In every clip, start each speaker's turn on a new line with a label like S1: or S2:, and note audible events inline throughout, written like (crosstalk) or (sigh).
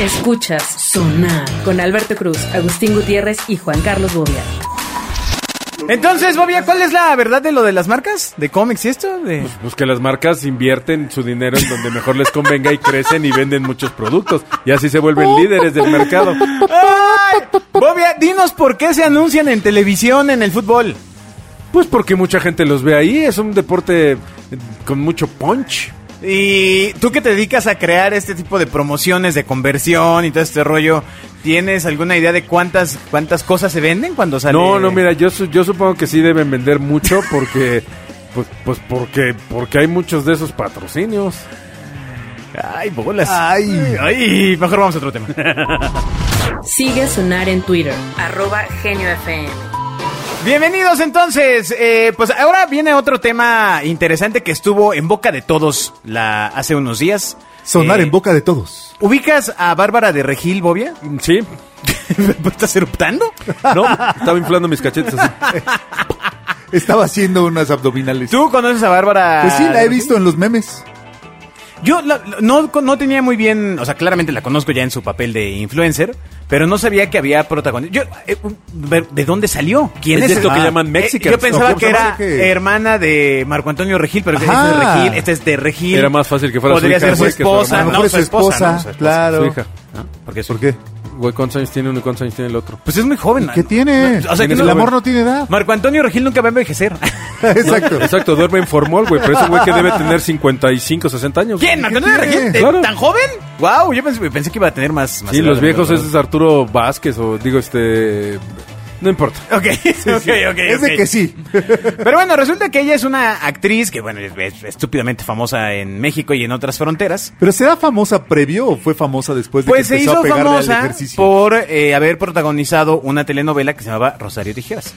S1: Escuchas Sonar con Alberto Cruz, Agustín Gutiérrez y Juan Carlos Bobia.
S2: Entonces, Bobia, ¿cuál es la verdad de lo de las marcas? ¿De cómics y esto? De...
S3: Pues, pues que las marcas invierten su dinero en donde mejor les convenga y crecen y venden muchos productos. Y así se vuelven líderes del mercado.
S2: ¡Ay! Bobia, dinos por qué se anuncian en televisión en el fútbol.
S3: Pues porque mucha gente los ve ahí. Es un deporte eh, con mucho punch.
S2: Y tú que te dedicas a crear este tipo de promociones de conversión y todo este rollo, ¿tienes alguna idea de cuántas cuántas cosas se venden cuando sale?
S3: No, no, mira, yo, su- yo supongo que sí deben vender mucho porque... Pues, pues porque, porque hay muchos de esos patrocinios.
S2: Ay, bolas. Ay, ay, mejor vamos a otro tema.
S1: Sigue a Sonar en Twitter, arroba Genio FM.
S2: Bienvenidos entonces. Eh, pues ahora viene otro tema interesante que estuvo en boca de todos la, hace unos días.
S4: Sonar
S2: Eh,
S4: en boca de todos.
S2: ¿Ubicas a Bárbara de Regil, Bobia? (laughs)
S3: Sí.
S2: ¿Estás eruptando?
S3: No, estaba inflando mis cachetes así.
S4: Estaba haciendo unas abdominales.
S2: ¿Tú conoces a Bárbara?
S4: Pues sí, la he
S2: de Regil?
S4: visto en los memes.
S2: Yo la- la- no, no tenía muy bien, o sea, claramente la conozco ya en su papel de influencer, pero no sabía que había protagonista. Yo, eh, ver, ¿De dónde salió? ¿Quién
S3: Es
S2: es,
S3: de esto que llaman
S2: México?
S3: Mexicans,
S2: yo pensaba
S4: ¿no?
S2: que
S4: ¿Cómo se
S2: era
S4: llama? ¿Qué?
S2: hermana de Marco Antonio Regil, pero esta es de
S4: Ajá.
S2: Regil, esta es de Regil.
S3: Era más fácil que fuera su
S2: Podría
S3: hija,
S2: ser su
S3: güey, que su
S2: esposa,
S4: A lo
S3: hermana.
S2: no,
S4: mejor es su esposa,
S2: no, su esposa. Ah,
S4: claro.
S3: Su hija.
S2: Porque su- (laughs)
S4: ¿Por qué?
S3: Güey, ¿cuántos años tiene uno y cuántos años tiene el otro?
S2: Pues es muy joven.
S4: ¿Qué
S2: ¿no?
S4: tiene?
S2: No, o sea, que
S4: el
S2: no-
S4: amor no tiene edad.
S2: Marco Antonio Regil nunca va a envejecer.
S4: Exacto.
S3: Exacto, duerme en formol, güey. Pero ese güey que debe tener 55, 60 años. güey.
S2: ¿Quién? ¿Marco Antonio
S4: tiene?
S2: Regil? ¿De-
S3: Claro.
S2: ¿Tan joven? Wow, yo pensé, pensé que iba a tener más. más
S3: Sí,
S2: edad,
S3: los viejos
S2: ¿no?
S3: ese es Arturo Vázquez o digo este... No importa.
S2: Ok,
S4: (laughs)
S2: ok, ok.
S4: es de
S2: ok.
S4: que sí.
S2: Pero bueno, resulta que ella es una actriz que, bueno, es es estúpidamente famosa en México y en otras fronteras.
S4: (laughs) ¿Pero será famosa previo o fue famosa después de
S2: Pues
S4: que
S2: se
S4: empezó
S2: hizo
S4: a pegarle al
S2: famosa
S4: ejercicio?
S2: por eh, haber protagonizado una telenovela que se llamaba Rosario Tijeras.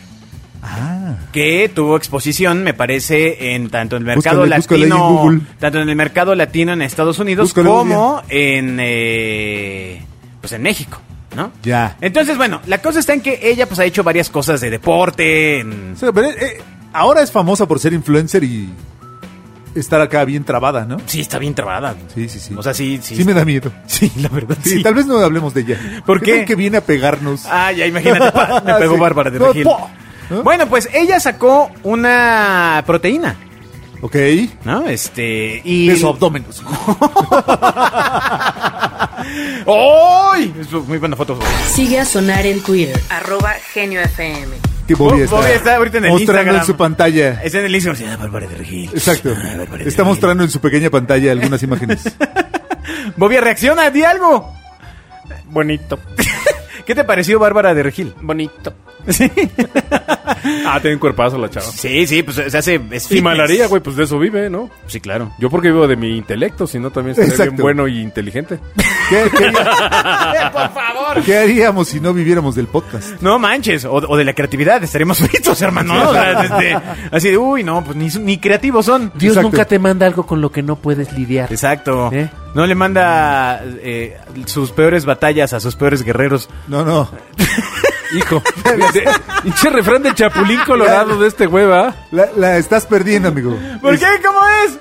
S4: Ah.
S2: Que tuvo exposición, me parece, en tanto en el mercado
S4: Búscale, búscale ahí en
S2: latino,
S4: Google.
S2: tanto en el mercado latino en Estados Unidos
S4: Búscale,
S2: como en, eh, pues en México, ¿no?
S4: Ya.
S2: Entonces, bueno, la cosa está en que ella pues ha hecho varias cosas de deporte, en-
S4: O sea, pero, eh, ahora es famosa por ser influencer y estar acá bien trabada, ¿no?
S2: sí está bien trabada.
S4: Sí, sí, sí.
S2: O sea, sí, sí.
S4: Sí me da (laughs) miedo.
S2: Sí, la verdad.
S4: Sí, tal vez no hablemos de ella.
S2: ¿Por qué?
S4: tal que viene a pegarnos.
S2: Ah, ya, imagínate.
S4: (laughs)
S2: pa, Me pegó
S4: Sí.
S2: Bárbara de
S4: No,
S2: Regil.
S4: po. ¿Eh?
S2: Bueno, pues ella sacó una proteína,
S4: Ok.
S2: ¿no? Este. Y.
S4: De su abdomen.
S2: ¡Ay! Es Muy buena foto.
S1: Sigue a Sonar en Twitter, arroba Genio FM.
S4: Que Bobby
S2: Bo-
S4: está,
S2: Bobby está ahorita en el
S4: mostrando
S2: Instagram.
S4: en su pantalla.
S2: Es en el Instagram. sí, ah, Bárbara de Regil.
S4: Exacto.
S2: Ah, Bárbara de
S4: Está
S2: Regil.
S4: mostrando en su pequeña pantalla algunas
S2: (laughs)
S4: imágenes.
S2: Bobby, reacciona, di algo.
S3: Bonito.
S2: ¿Qué te pareció Bárbara de Regil?
S3: Bonito. (laughs) Ah, tiene un cuerpazo la chava.
S2: Sí, sí, pues se hace. Es
S3: Y
S2: fitness.
S3: malaria, güey, pues de eso vive, ¿no?
S2: Sí, claro.
S3: Yo porque vivo de mi intelecto, si no también sería bien
S4: Exacto.
S3: bueno y
S4: (laughs)
S3: inteligente.
S4: ¿Qué, qué,
S2: Eh, Por favor.
S4: qué haríamos si no viviéramos del podcast?
S2: No manches, o, o de la creatividad, estaríamos (laughs) fritos, hermano. ¿no? O sea, este, así de, uy, no, pues ni, ni creativos son.
S5: Dios
S4: Exacto.
S5: nunca te manda algo con lo que no puedes lidiar.
S2: Exacto.
S5: ¿Eh?
S2: No le manda eh, sus peores batallas a sus peores guerreros.
S4: No, no.
S3: Hijo. Fíjate, Pinche refrán del
S4: (laughs)
S3: chapulín colorado de este güey, ¿va?
S4: La, la estás perdiendo, amigo.
S2: ¿Por qué? ¿Cómo es?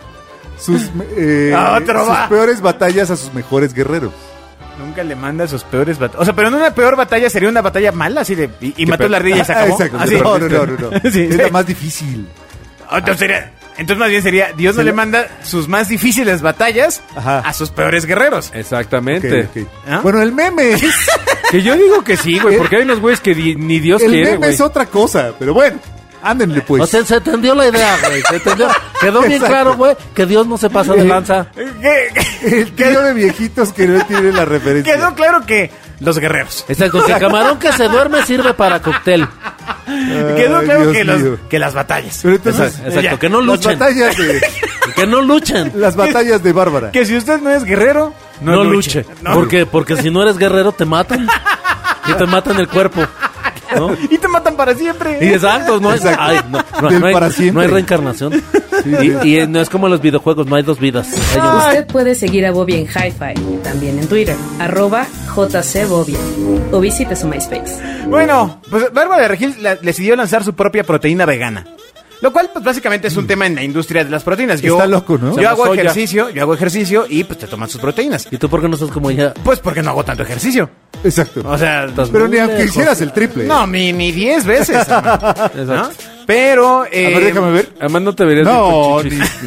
S4: Sus, eh,
S2: A otro
S4: sus
S2: va.
S4: peores batallas a sus mejores guerreros.
S2: Nunca le manda sus peores batallas. O sea, pero en una peor batalla sería una batalla mala, así de. Y, y mató
S3: pe-
S2: la ardilla y se
S4: Ah,
S2: acabó.
S4: exacto.
S2: Así. (laughs)
S4: No, no, no, no, no.
S2: Sí,
S4: es
S2: sí.
S4: la más difícil.
S2: (laughs) Entonces, sería- entonces más bien sería, Dios no le manda sus más difíciles batallas
S4: Ajá.
S2: a sus peores guerreros.
S4: Ok,
S3: Exactamente.
S4: ok.
S2: ¿Ah?
S4: Bueno, el meme.
S3: Que yo digo que sí,
S4: (laughs)
S3: güey, porque hay unos güeyes que di- ni Dios
S4: el
S3: quiere,
S4: meme
S3: güey.
S4: es otra cosa, pero bueno, ándenle pues.
S5: O sea, se entendió la idea, güey. Se entendió. Quedó bien
S4: Exacto.
S5: claro, güey, que Dios no se pasa de lanza.
S2: ¿Qué- (laughs)
S4: el tío de viejitos que no tiene la referencia.
S2: Quedó claro que los guerreros.
S5: Exacto, que el camarón que se duerme sirve para cóctel.
S4: Ay,
S2: Quedó claro
S4: Dios
S2: que, los-
S4: mío.
S2: que las batallas.
S4: Pero entonces,
S5: Exacto,
S2: Ya.
S5: que no
S4: las
S5: luchen.
S4: batallas de
S5: Que no luchen.
S4: las batallas de Bárbara.
S2: Que si usted no es guerrero,
S5: No,
S2: no,
S5: luche.
S2: No.
S5: Porque, porque si no eres guerrero, te matan. Y te matan el cuerpo. ¿no?
S2: (laughs) Y te matan para siempre.
S5: Y
S4: "Ah".
S5: exacto, no hay, ay, no, no,
S4: Del
S5: no hay,
S4: para siempre.
S5: no hay reencarnación.
S4: sí.
S5: y, y no es como en los videojuegos, no hay dos vidas. Hay una.
S1: Usted puede seguir a Bobia en Hi-Fi, también en Twitter, arroba JCBobia. O visite su MySpace.
S2: Bueno, pues Bárbara de Regil la- decidió lanzar su propia proteína vegana. Lo cual, pues básicamente es un tema en la industria de las proteínas. Yo,
S4: Mm. Está loco, ¿no?
S2: Yo
S4: Se llama
S2: hago
S3: soya.
S2: ejercicio, yo hago ejercicio y pues te toman sus proteínas.
S5: ¿Y tú por qué no estás como ella?
S2: Pues porque no hago tanto ejercicio.
S4: Exacto.
S2: O sea,
S5: Estás
S4: Pero
S5: muy
S4: ni aunque
S5: lejos.
S4: hicieras el triple.
S2: Ah, no, ni, ni 10 veces.
S4: (laughs)
S2: hermano,
S4: ¿Ah?
S2: ¿no?
S5: Exacto.
S2: Pero... eh,
S4: A ver, déjame ver.
S3: (laughs) Además no te verías ni
S4: No,
S3: con
S4: ni,
S3: chichis.
S4: (laughs)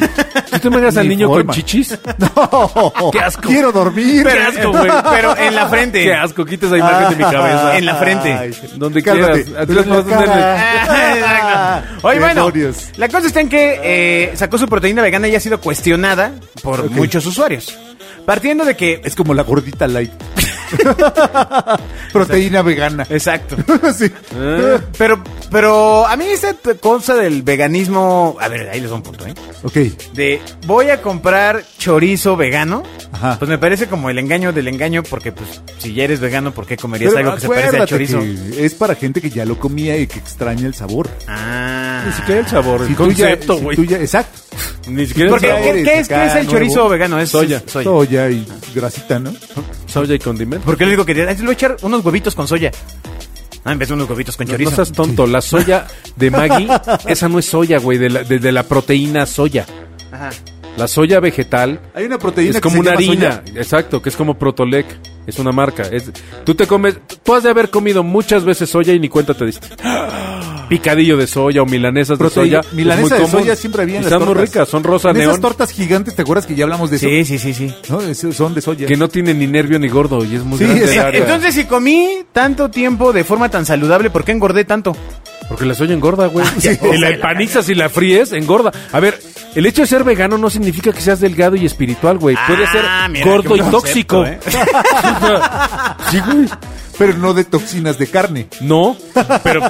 S3: ¿Tú te imaginas al
S4: ni
S3: niño
S4: forma.
S3: con chichis?
S4: no.
S5: Qué asco.
S4: Quiero dormir.
S2: Pero,
S4: (laughs)
S2: pero en la frente.
S3: Qué asco, quita esa imagen de mi
S4: Ah.
S3: cabeza.
S2: En la frente.
S4: Ay,
S3: Donde
S4: cálmate.
S3: quieras. Entonces
S4: En la
S3: vas a hacerle-
S2: (laughs)
S4: cara.
S2: (laughs) Exacto. Oye, bueno,
S4: Demonios.
S2: la cosa está en que eh, sacó su proteína vegana y ha sido cuestionada por
S4: Ok.
S2: muchos usuarios. Partiendo de que...
S4: Es como la gordita light. (laughs) Proteína vegana. (laughs)
S2: Exacto.
S4: sí.
S2: Pero, pero a mí esta t- cosa del veganismo... A ver, ahí les doy un punto, ¿eh?
S4: Ok.
S2: De voy a comprar chorizo vegano.
S4: Ajá.
S2: Pues me parece como el engaño del engaño porque, pues, si ya eres vegano, ¿por qué comerías
S4: Pero
S2: algo que se parece a
S4: acuérdate
S2: chorizo?
S4: que es para gente que ya lo comía y que extraña el sabor.
S2: Ah.
S3: Ni siquiera el sabor,
S4: Si
S3: el
S4: tú ya-
S3: concepto,
S4: si
S3: güey.
S4: tú ya- exacto.
S3: Ni siquiera el
S2: Porque,
S3: sabor.
S2: ¿qué, qué es, qué es el
S4: Acá,
S2: chorizo
S4: nuevo.
S2: vegano? Es
S3: Soya.
S2: soya.
S4: Soya y grasita, ¿no?
S3: Soya y condimento.
S2: Porque lo único que te es le voy a echar unos huevitos con soya. Ah, en vez de unos huevitos con
S3: No,
S2: chorizo.
S3: no seas tonto, la soya de
S4: (laughs)
S3: Maggie, esa no es soya, güey, de la, de- de la proteína soya.
S2: Ajá.
S3: La soya vegetal
S4: Hay una proteína
S3: es
S4: que
S3: como
S4: se
S3: una
S4: llama soya.
S3: harina, exacto, que es como Protolec, es una marca. es- tú te comes, tú has de haber comido muchas veces soya y ni cuenta te
S4: (gasps)
S3: diste. Picadillo de soya o milanesas
S4: Proteína-
S3: de soya.
S4: Milanesa
S3: es
S4: de
S3: muy común.
S4: soya siempre había en
S3: Y
S4: las
S3: Están muy
S4: tortas.
S3: ricas, son rosa
S4: En
S3: neón,
S4: Esas tortas gigantes, ¿te acuerdas que ya hablamos de eso?
S2: Sí, sí, sí, sí.
S4: No, es- son de soya.
S3: que no tienen ni nervio ni gordo y es muy
S4: Sí,
S3: grande el
S4: exacto.
S3: área.
S2: Entonces, si comí tanto tiempo de forma tan saludable, ¿por qué engordé tanto?
S3: Porque la soya engorda, güey.
S4: ya.
S3: Y la empanizas y la fríes, engorda. A ver, el hecho de ser vegano no significa que seas delgado y espiritual, güey. Puede ser
S2: Ah, mira, qué
S3: gordo y
S2: buen
S3: tóxico.
S4: ¿eh?
S2: concepto,
S3: sí, güey.
S4: Pero no de toxinas
S3: (laughs)
S4: de carne.
S3: No, pero,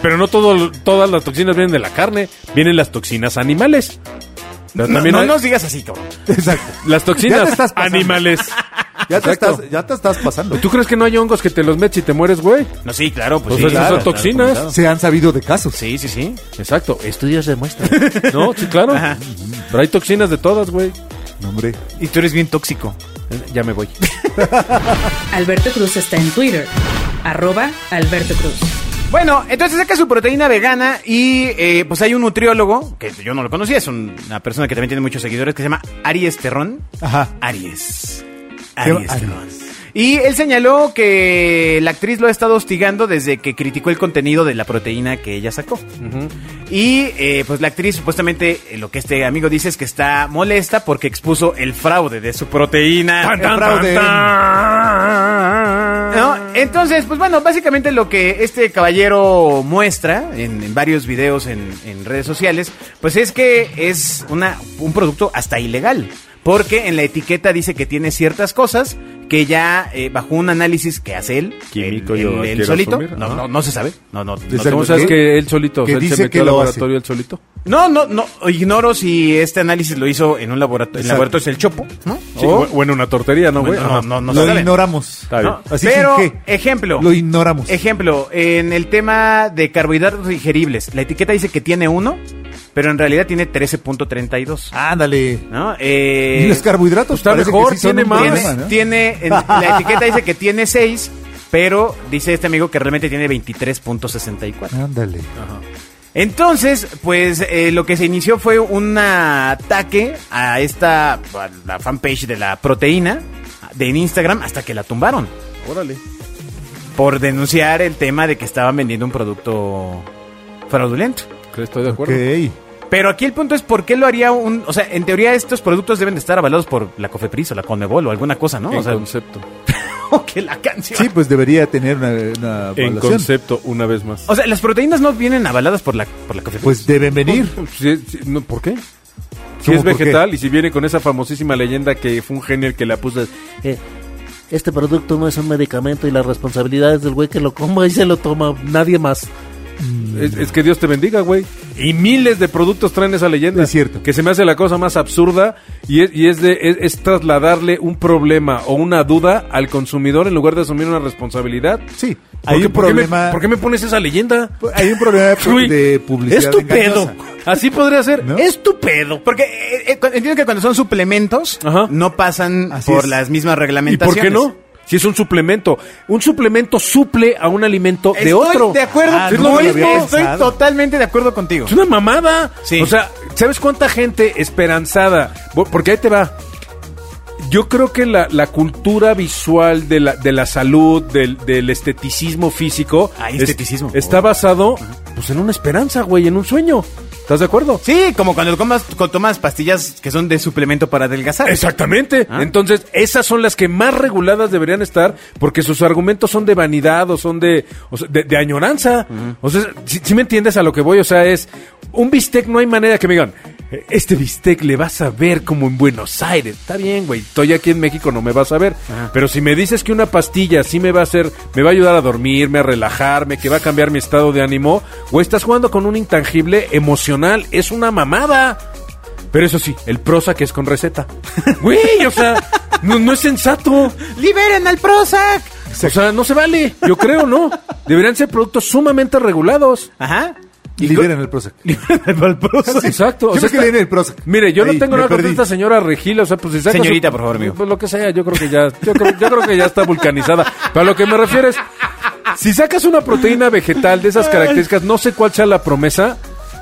S3: pero no todo, todas las toxinas vienen de la carne, vienen las toxinas animales. Pero
S2: No,
S3: también
S2: no
S3: hay-
S2: nos digas así, cabrón.
S4: Exacto.
S3: las
S4: Ya
S3: toxinas
S4: te estás pasando.
S3: animales.
S4: Ya
S3: Exacto.
S4: te, estás, ya te estás pasando.
S3: ¿Tú crees que no hay hongos que te los metes y te mueres, güey?
S2: No, sí, claro, pues
S3: Pues
S2: sí.
S3: esas
S2: claro,
S3: son toxinas.
S2: claro,
S4: Se han sabido de casos.
S2: Sí, sí, sí.
S3: Exacto. Eh,
S5: Estudios demuestran.
S3: No, sí, claro.
S2: Ajá.
S3: Pero hay toxinas de todas, güey.
S4: No, hombre.
S2: Y tú eres bien tóxico.
S3: Ya me voy.
S1: Alberto Cruz está en Twitter. Arroba Alberto Cruz.
S2: Bueno, entonces saca su proteína vegana y eh, pues hay un nutriólogo, que yo no lo conocía, es un- una persona que también tiene muchos seguidores, que se llama Aries Terrón.
S4: Ajá.
S2: Aries.
S4: ¿Qué va-
S2: Aries
S4: Aries?
S2: Terrón. Y él señaló que la actriz lo ha estado hostigando desde que criticó el contenido de la proteína que ella sacó. Y eh, pues la actriz supuestamente eh, lo que este amigo dice es que está molesta porque expuso el fraude de su proteína.
S4: Tan, tan,
S2: El fraude.
S4: tan,
S2: ¿No? Entonces, pues bueno, básicamente lo que este caballero muestra en, en varios videos en, en redes sociales, pues es que es una, un producto hasta ilegal. Porque en la etiqueta dice que tiene ciertas cosas que ya eh, bajo un análisis que hace él,
S3: Químico,
S2: el,
S3: yo
S2: el- el
S3: quiero
S2: solito,
S3: asumir,
S2: no,
S3: ajá.
S2: no, no se sabe, no, no, no
S4: Exacto.
S3: ¿Cómo sabes
S4: ¿Qué?
S3: que él solito? O
S4: Que
S3: sea, él
S4: dice
S3: se metió
S4: que
S3: al
S4: lo hace.
S3: laboratorio él solito.
S2: No, no, no, ignoro si este análisis lo hizo en un laboratorio, el
S4: Exacto.
S2: laboratorio es el Chopo, ¿no?
S3: Sí,
S2: O-
S3: o, o en una tortería, ¿no, güey?
S2: No,
S3: Ajá.
S2: no, no,
S4: lo
S2: se sabe.
S4: ignoramos.
S3: Está bien.
S2: ¿no?
S4: Así
S2: Pero,
S4: sin qué.
S2: ejemplo,
S4: Lo ignoramos.
S2: ejemplo, en el tema de carbohidratos digeribles, la etiqueta dice que tiene uno, pero en realidad tiene 13.32,
S4: Ándale.
S2: ¿no? Eh,
S4: y los carbohidratos
S3: está
S4: parece
S3: mejor,
S4: que sí son
S3: tiene
S4: un
S3: más.
S2: tiene,
S4: problema, ¿no?
S2: tiene- en- la etiqueta dice que tiene 6, pero dice este amigo que realmente tiene 23.64.
S4: Ándale.
S2: Entonces, pues eh, lo que se inició fue un ataque a esta a la fanpage de la proteína de en Instagram hasta que la tumbaron
S3: Órale.
S2: por denunciar el tema de que estaban vendiendo un producto fraudulento.
S3: Estoy de acuerdo.
S4: Ok.
S2: Pero aquí el punto es por qué lo haría un, o sea, en teoría estos productos deben de estar avalados por la Cofepris o la Conmebol o alguna cosa, ¿no?
S3: en
S2: O (laughs) sea,
S3: concepto.
S2: que la canción.
S4: Sí, pues debería tener una, una
S3: En
S4: evaluación.
S3: concepto, una vez más.
S4: Ah,
S2: O sea, las proteínas no vienen avaladas por la por la Cofepris.
S4: Pues deben venir.
S3: (laughs) Sí, sí, no, ¿Por qué? Si
S4: ¿Cómo
S3: es
S4: por qué?
S3: vegetal y si viene con esa famosísima leyenda que fue un genio el que la puso.
S5: Eh, este producto no es un medicamento y la responsabilidad es del güey que lo coma y se lo toma nadie más.
S3: Es, es que Dios te bendiga, güey. Y miles de productos traen esa leyenda.
S4: Es cierto.
S3: Que se me hace la cosa más absurda y es, y es de, es, es trasladarle un problema o una duda al consumidor en lugar de asumir una responsabilidad.
S4: Sí.
S3: ¿Por
S4: Hay
S3: qué-
S4: un
S3: por qué me-
S4: problema. Pues,
S3: ¿Por qué me pones esa leyenda?
S4: Hay un problema de, pu-
S3: Uy,
S4: de publicidad.
S5: es tu pedo.
S4: engañosa.
S3: Así podría ser.
S4: ¿No?
S2: Estupendo. Porque eh, eh, cu- entiendo que cuando son suplementos,
S3: Ajá.
S2: no pasan
S4: Así
S2: por
S4: es.
S2: las mismas
S3: ¿Y por
S2: reglamentaciones.
S3: qué no? Si es un suplemento. Un suplemento suple a un alimento de
S2: Estoy
S3: otro.
S2: De acuerdo,
S4: Ah,
S3: es lo
S2: muy-
S4: no lo había
S3: mismo.
S2: estoy
S4: pensado.
S2: totalmente de acuerdo contigo.
S3: Es una mamada.
S2: Sí.
S3: O sea, ¿sabes cuánta gente esperanzada? Bo- Porque ahí te va. Yo creo que la, la cultura visual de la, de la salud, del, del esteticismo físico,
S2: Ah,
S3: es-
S2: esteticismo.
S3: está basado pues, en una esperanza, güey, en un sueño. ¿Estás de acuerdo?
S2: Sí, como cuando comas- co- tomas pastillas que son de suplemento para adelgazar.
S3: Exactamente.
S2: Ah.
S3: Entonces, esas son las que más reguladas deberían estar porque sus argumentos son de vanidad o son de, o sea, de, de añoranza. O sea, si, si me entiendes a lo que voy, o sea, es un bistec, no hay manera que me digan, este bistec le vas a ver como en Buenos Aires. Está bien, güey, estoy aquí en México, no me vas a ver. Pero si me dices que una pastilla sí me va a hacer, me va a ayudar a dormirme, a relajarme, que va a cambiar mi estado de ánimo, o estás jugando con un intangible emocional, es una mamada. Pero eso sí, el prosa que es con receta. (laughs) Güey, o sea, no, no es sensato.
S2: ¡Liberen al Prozac!
S3: O sea, no se vale. Yo creo, ¿no? Deberían ser productos sumamente regulados.
S2: Ajá.
S4: Liberen el
S3: (laughs)
S4: Prozac.
S3: Exacto. o
S4: Yo
S3: sea,
S4: me quedé en el Prozac.
S3: Mire, yo no
S4: Ahí,
S3: tengo
S4: me
S3: nada contra
S4: perdí.
S3: esta señora Regila, o sea, pues si saca
S2: Señorita, por favor, amigo.
S3: Pues lo que sea, yo creo que ya, yo creo, yo creo que ya está vulcanizada. Pero a lo que me refieres, si sacas una proteína vegetal de esas características, no sé cuál sea la promesa,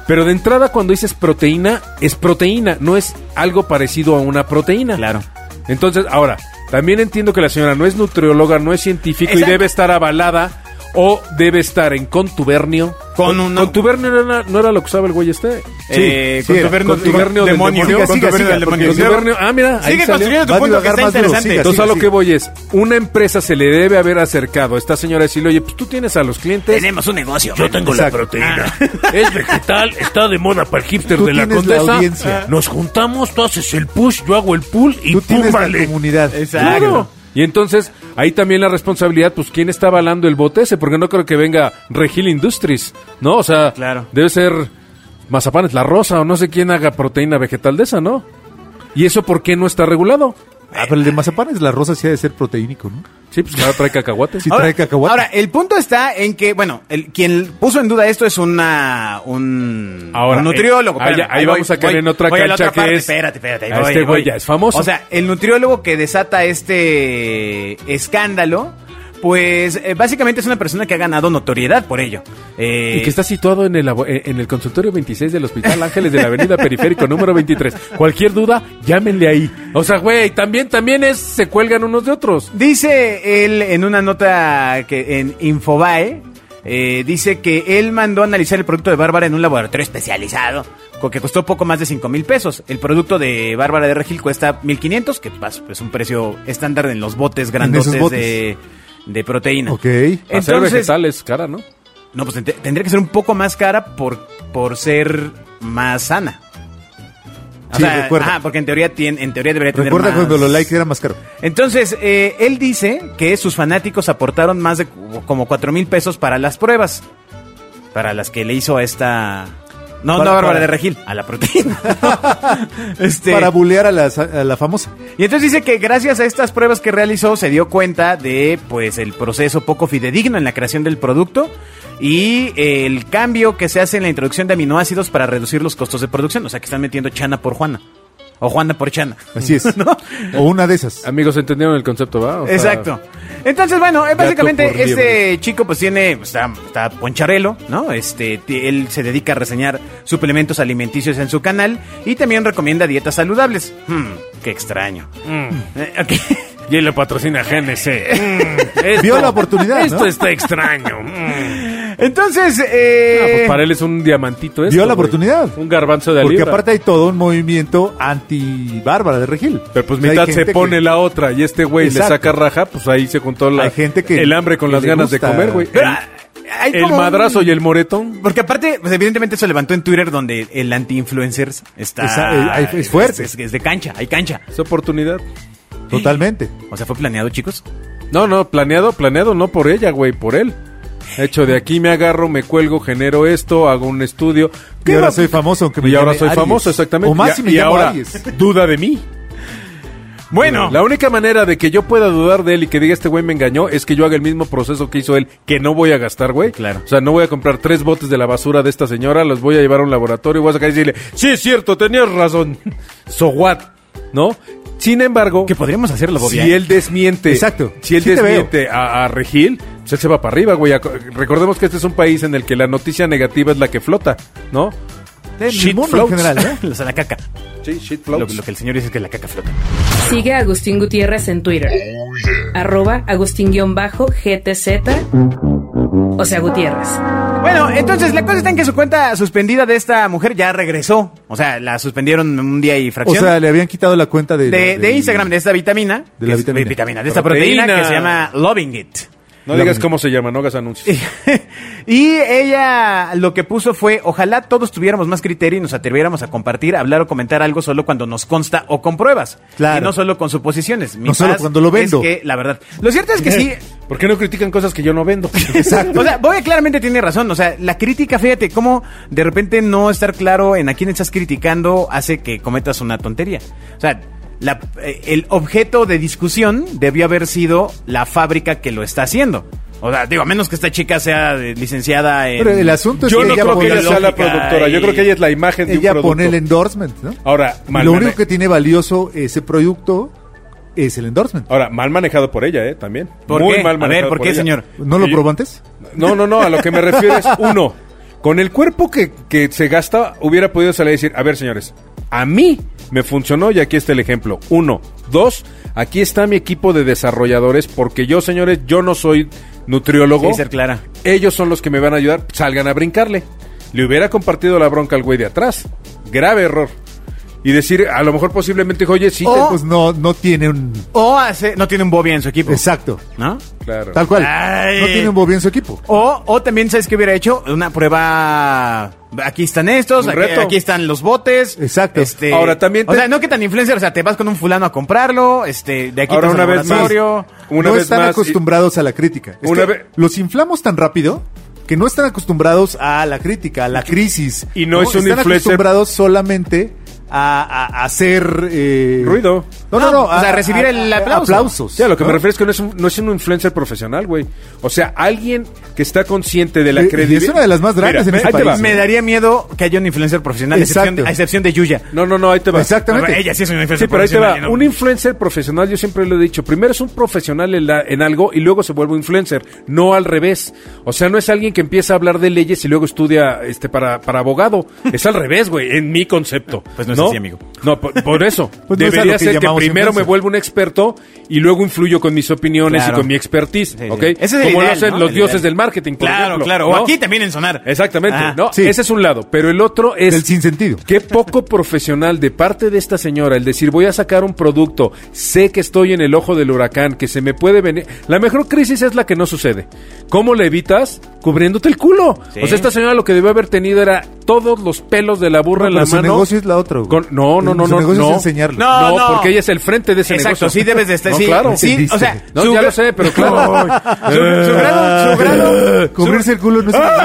S3: pero de entrada cuando dices proteína, es proteína, no es algo parecido a una proteína.
S2: Claro.
S3: Entonces, ahora, también entiendo que la señora no es nutrióloga, no es científico y
S2: Exacto.
S3: debe estar avalada o debe estar en contubernio.
S2: Con una-
S3: Contubernio no era, no era lo que usaba el güey este.
S2: Eh,
S4: sí era.
S2: contubernio-
S3: Contubernio del
S2: demonio. (laughs)
S3: demonio.
S4: Siga, siga,
S2: Contubernio del
S4: siga,
S2: demonio.
S4: porque-
S3: Contubernio- ah, mira, ahí
S2: Sigue
S3: salió.
S2: construyendo
S4: Va
S2: tu
S4: a
S2: punto que
S4: divagar
S2: está
S4: más duro,
S2: interesante.
S4: siga,
S3: Entonces a lo
S4: sí.
S3: que voy es, una empresa se le debe haber acercado a esta señora y decirle, oye, pues tú tienes a los clientes.
S2: Tenemos un negocio.
S6: Yo tengo
S4: Exacto.
S6: la proteína. Es vegetal, está de moda para el hipster
S4: Tú
S6: de la
S4: tienes la
S6: condesa.
S4: audiencia.
S6: Nos juntamos, tú haces el push, yo hago el pull y
S4: Tú tienes la
S6: púmbale.
S4: comunidad.
S2: Exacto.
S3: Claro. Y entonces, ahí también la responsabilidad, pues, ¿quién está avalando el bote ese? Porque no creo que venga Regil Industries, ¿no? O sea,
S2: Claro.
S3: debe ser Mazapanes La Rosa o no sé quién haga proteína vegetal de esa, ¿no? ¿Y eso por qué no está regulado?
S4: Ah, pero el de mazapanes, la rosa sí ha de ser proteínico, ¿no?
S3: Sí, pues claro, trae cacahuates.
S4: Sí. trae cacahuate.
S2: Ahora, el punto está en que, bueno, el, quien puso en duda esto es una un,
S3: Ahora,
S2: un nutriólogo.
S3: eh, ahí-
S2: Espérame,
S3: ahí vamos a caer en otra
S2: voy a la
S3: cancha que
S2: parte.
S3: es-
S2: Espérate, espérate. ahí
S3: a
S2: voy,
S3: este
S2: ahí
S3: güey
S2: voy.
S3: ya es famoso.
S2: O sea, el nutriólogo que desata este escándalo, pues eh, básicamente es una persona que ha ganado notoriedad por ello. Eh,
S3: Y que está situado en el, abo- eh, en el consultorio 26 del Hospital Ángeles de la Avenida Periférico número 23. Cualquier duda, llámenle ahí. O sea, güey, también, también es, se cuelgan unos de otros.
S2: Dice él en una nota que en Infobae, eh, dice que él mandó a analizar el producto de Bárbara en un laboratorio especializado, co- que costó poco más de 5 mil pesos. El producto de Bárbara de Regil cuesta 1.500, que pas- es un precio estándar en los botes grandotes
S4: botes.
S2: de, de proteína.
S4: Ok.
S3: Para ser
S2: Entonces,
S3: vegetal es cara, ¿no?
S2: no, pues tend- tendría que ser un poco más cara por, por ser más sana. O
S4: Sí,
S2: sea,
S4: recuerda.
S2: ajá, porque en teoría, tiene- en teoría debería tener
S4: Recuerda
S2: más-
S4: cuando lo like era más caro.
S2: entonces, eh, él dice que sus fanáticos aportaron más de cu- como cuatro mil pesos para las pruebas. Para las que le hizo a esta... No,
S4: Para-
S2: no, a Bárbara
S4: para-
S2: de Regil, a la proteína. este,
S4: Para bulear a la, a la famosa.
S2: Y entonces dice que gracias a estas pruebas que realizó se dio cuenta de pues el proceso poco fidedigno en la creación del producto y eh, el cambio que se hace en la introducción de aminoácidos para reducir los costos de producción. O sea, que están metiendo chana por Juana. O Juana por chana.
S3: (laughs)
S4: Así es. O una de esas.
S3: Amigos, entendieron el concepto, ¿va? O sea,
S2: Exacto. Entonces, bueno, eh, básicamente
S3: por
S2: este
S3: liebre.
S2: chico pues tiene, está, está poncharelo, ¿no? Este, ti- él se dedica a reseñar suplementos alimenticios en su canal y también recomienda dietas saludables. Hmm, qué extraño. Eh, ok. (laughs)
S3: Ah,
S6: Y él lo patrocina
S4: (laughs)
S6: GNC.
S3: Mm,
S4: Vio la oportunidad, ¿no?
S6: Esto está extraño. Mm.
S4: (laughs)
S2: Entonces,
S3: ah, pues
S2: eh,
S3: para él es un diamantito esto,
S4: Dio la
S3: güey.
S4: oportunidad.
S3: Un garbanzo de
S4: Porque
S3: alibra.
S4: aparte hay todo un movimiento anti-bárbara de Regil.
S3: Pero pues
S4: O sea, hay
S3: mitad se
S4: gente
S3: pone
S4: que-
S3: la otra y este güey le
S4: Exacto.
S3: saca raja, pues ahí se juntó la,
S4: Hay gente que-
S3: el hambre con
S4: que
S3: las
S4: le
S3: ganas de
S4: gusta.
S3: comer, güey.
S2: pero, ah, hay
S3: El, el
S2: como un-
S3: madrazo y el moretón.
S2: Porque aparte, pues evidentemente se levantó en Twitter donde el anti-influencers está...
S4: Esa- eh, es fuerte.
S2: Es, es de cancha, hay cancha.
S3: Es oportunidad.
S4: Totalmente.
S2: O sea, fue planeado, chicos.
S3: No, no, planeado, planeado no por ella, güey, por él. Hecho de aquí me agarro, me cuelgo, genero esto, hago un estudio.
S4: Y ahora
S3: va-
S4: soy famoso, aunque me
S3: Y ahora
S4: llame
S3: soy
S4: Aries.
S3: famoso, exactamente.
S4: O más
S3: Y a-
S4: si me
S3: y
S4: llamo
S3: ahora
S4: Aries.
S3: duda de mí.
S2: Bueno,
S3: La única manera de que yo pueda dudar de él y que diga este güey me engañó es que yo haga el mismo proceso que hizo él, que no voy a gastar, güey.
S2: Claro.
S3: O sea, no voy a comprar tres botes de la basura de esta señora, los voy a (laughs) llevar a un laboratorio y voy a sacar y decirle, sí es cierto, tenías razón. So what, ¿no? Sin embargo,
S2: Que podríamos hacerlo, Bobia. ¿eh?
S3: si él desmiente,
S4: Exacto.
S3: si él
S4: Sí te
S3: desmiente a, a Regil, pues él se va para arriba, güey. Ac- Recordemos que este es un país en el que la noticia negativa es la que flota, ¿no?
S4: En el
S3: Shit
S4: mundo
S3: floats.
S4: en general,
S2: (laughs)
S4: ¿eh?
S2: Los a la caca.
S3: Sí, shit
S2: Lo, lo que el señor dice es que la caca flota.
S1: Sigue a Agustín Gutiérrez en Twitter. Arroba Agustín-GTZ. O sea, Gutiérrez.
S2: Bueno, entonces la cosa está en que su cuenta suspendida de esta mujer ya regresó. O sea, la suspendieron un día y
S4: O
S2: fracción.
S4: sea, le habían quitado la cuenta de...
S2: de, de Instagram, de esta vitamina.
S4: De la
S2: que es-
S4: vitamina.
S2: De esta proteína.
S3: Proteína.
S2: que se llama Loving It.
S3: No digas cómo se llama, no hagas
S4: Eh,
S3: anuncios.
S2: (laughs) y ella lo que puso fue, ojalá todos tuviéramos más criterio y nos atreviéramos a compartir, hablar o comentar algo solo cuando nos consta o con pruebas.
S4: Claro.
S2: Y no solo con suposiciones. Mi
S4: No solo
S2: paz
S4: cuando lo vendo.
S2: Es que, la verdad. Lo cierto es que sí.
S4: (laughs)
S3: ¿Por qué no critican cosas que yo no vendo?
S2: O sea, Bobia claramente tiene razón. O sea, la crítica, fíjate, cómo de repente no estar claro en a quién estás criticando hace que cometas una tontería. O sea, la- eh, el objeto de discusión debió haber sido la fábrica que lo está haciendo. O sea, digo, a menos que esta chica sea eh, licenciada en...
S4: Pero el asunto es
S3: yo
S4: que
S3: no
S4: ella
S3: creo que ella
S4: pone-
S3: sea la
S2: lógica
S3: productora, yo
S2: y-
S3: creo que ella es la imagen de un
S4: Ella
S3: producto.
S4: pone el endorsement, ¿no?
S3: Ahora,
S4: Y
S3: mal
S4: lo
S3: mane-
S4: único que tiene valioso ese producto es el endorsement.
S3: Ahora, mal manejado por ella, ¿eh? También.
S2: ¿Por
S3: Muy
S2: qué?
S3: mal
S2: A ver,
S3: manejado
S2: ¿por qué,
S3: ella.
S2: señor?
S4: ¿No lo
S3: Y-
S4: probó antes?
S3: No, no, no, a lo que me refiero es uno. Con el cuerpo que, que se gasta, hubiera podido salir a decir, a ver, señores, a mí me funcionó y aquí está el ejemplo. Uno. Dos, aquí está mi equipo de desarrolladores, porque yo, señores, yo no soy nutriólogo.
S2: Sí, ser clara.
S3: Ellos son los que me van a ayudar, salgan a brincarle. Le hubiera compartido la bronca al güey de atrás. Grave error. Y decir, a lo mejor posiblemente dijo, oye, sí,
S2: Oh.
S4: Pues no, no tiene un...
S2: O hace, no tiene un Bobia en su equipo.
S4: Exacto.
S2: ¿No?
S3: te- claro.
S4: Tal cual.
S2: Ay.
S4: No tiene un Bobby en su equipo.
S2: O, o también, ¿sabes qué hubiera hecho? Una prueba. Aquí están estos,
S3: Un
S2: aquí,
S3: reto.
S2: aquí están los botes.
S4: Exacto.
S2: Este,
S3: Ahora, también
S2: O
S3: te-
S2: sea, no que tan influencer, o sea, te vas con un fulano a comprarlo, este, de aquí
S3: Ahora
S2: te vas
S3: una
S2: al
S3: vez más.
S2: laboratorio.
S3: Una
S4: no
S3: vez
S4: están
S3: más, y-
S4: acostumbrados a la crítica. Es
S3: Una
S4: que
S3: ve-
S4: los inflamos tan rápido que no están acostumbrados a la crítica, a la crisis.
S3: y no es un
S4: Están
S3: influencer.
S4: acostumbrados solamente a, a- a hacer... eh,
S3: Ruido.
S4: No, no,
S2: No,
S4: no.
S2: o sea, recibir el aplauso.
S4: Aplausos.
S3: Ya, lo que me
S4: ¿no?
S3: refiero es que no es un, no es un influencer profesional, güey. O sea, alguien que está consciente de la
S4: Eh, y es
S3: credibilidad.
S4: una de las más grandes en
S3: ve-
S4: este
S3: ahí te
S4: país,
S3: va.
S4: ¿eh?
S2: Me daría miedo que haya un influencer profesional, a excepción,
S4: Exacto.
S2: a excepción de Yuya.
S3: No, no, no, ahí te va.
S4: Exactamente.
S2: Ella sí es una
S3: Sí,
S2: influencer
S3: pero ahí te va.
S2: profesional, ¿no?
S3: Un influencer profesional, yo siempre lo he dicho, primero es un profesional en, la- en algo y luego se vuelve influencer, no al revés. O sea, no es alguien que empieza a hablar de leyes y luego estudia este para, para
S2: (laughs)
S3: abogado. Es al revés, güey, en mi concepto.
S2: Pues no es así, amigo.
S3: No, por, por
S2: (laughs)
S3: eso.
S4: Pues no es a
S3: Debería
S4: lo que
S3: ser que
S4: llamamos
S3: primero me
S4: influencer.
S3: vuelvo un experto y luego influyo con mis opiniones
S2: Claro.
S3: y con mi expertise,
S2: Sí, sí.
S3: ¿ok?
S2: Ese es el
S3: Como lo
S2: ideal,
S3: hacen
S2: ¿no?
S3: los
S2: El
S3: dioses
S2: ideal.
S3: del marketing, por
S2: Claro,
S3: ejemplo,
S2: claro. O
S3: ¿no?
S2: aquí también en sonar.
S3: Exactamente,
S2: Ah.
S3: ¿no?
S4: Sí.
S3: Ese es un lado, pero el otro es...
S4: El sinsentido.
S3: Qué poco profesional de parte de esta señora el decir voy a sacar un producto, sé que estoy en el ojo del huracán, que se me puede venir. La mejor crisis es la que no sucede. ¿Cómo la evitas? Cubriéndote el culo.
S2: Sí.
S3: O sea, esta señora lo que debió haber tenido era todos los pelos de la burra en la
S4: Pero su
S3: mano.
S4: negocio es la otra. güey.
S3: Con- no, no, no,
S4: Su
S3: no,
S4: negocio
S3: no.
S4: es enseñarlo.
S2: No,
S3: No, porque ella es el frente de ese
S2: Exacto,
S3: negocio.
S2: sí debes de estar.
S3: No,
S2: sí,
S3: claro.
S2: sí, o sea,
S3: No,
S2: su
S3: ya
S2: gra-
S3: lo sé, pero claro.
S2: Su, su
S4: Eh.
S2: grado, su grado.
S4: Cubrirse el culo no es un
S3: Ah.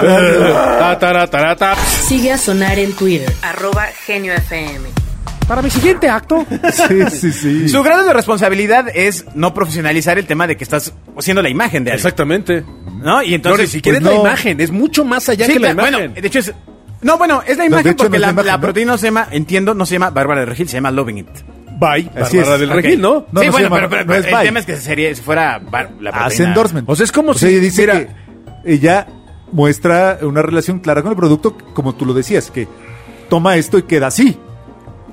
S4: negocio, es
S3: (laughs)
S4: nuestra-
S3: Ta, tara, tara, ta.
S1: Sigue a Sonar en Twitter. Arroba Genio FM.
S3: Para mi siguiente (laughs) acto.
S4: Sí, sí, sí.
S2: Su grado de responsabilidad es no profesionalizar el tema de que estás siendo la imagen de alguien.
S3: Exactamente.
S2: ¿No? Y entonces.
S3: no, ni siquiera
S4: pues
S3: es
S4: no.
S3: la imagen, es mucho más allá
S2: Sí,
S3: que la
S2: claro,
S3: imagen.
S2: Bueno, de hecho es. No, bueno, es la imagen
S4: de hecho
S2: porque
S4: no es
S2: la,
S4: la imagen,
S2: la
S4: ¿no?
S2: proteína se llama, entiendo, no se llama Bárbara de Regil, se llama Loving It.
S4: Bye. Así
S3: eh, Bárbara
S4: es.
S3: del
S4: Ok.
S3: Regil, ¿no?
S4: No,
S2: sí,
S4: no se
S2: bueno,
S4: llama-
S2: pero, pero-
S4: no es
S2: el
S4: Bye.
S2: tema es que sería, si fuera bar- la proteína.
S4: Hace endorsement.
S3: O sea, es como
S4: O sea,
S3: si-
S4: ella dice
S3: mira-
S4: que ella muestra una relación clara con el producto, como tú lo decías, que toma esto y queda así.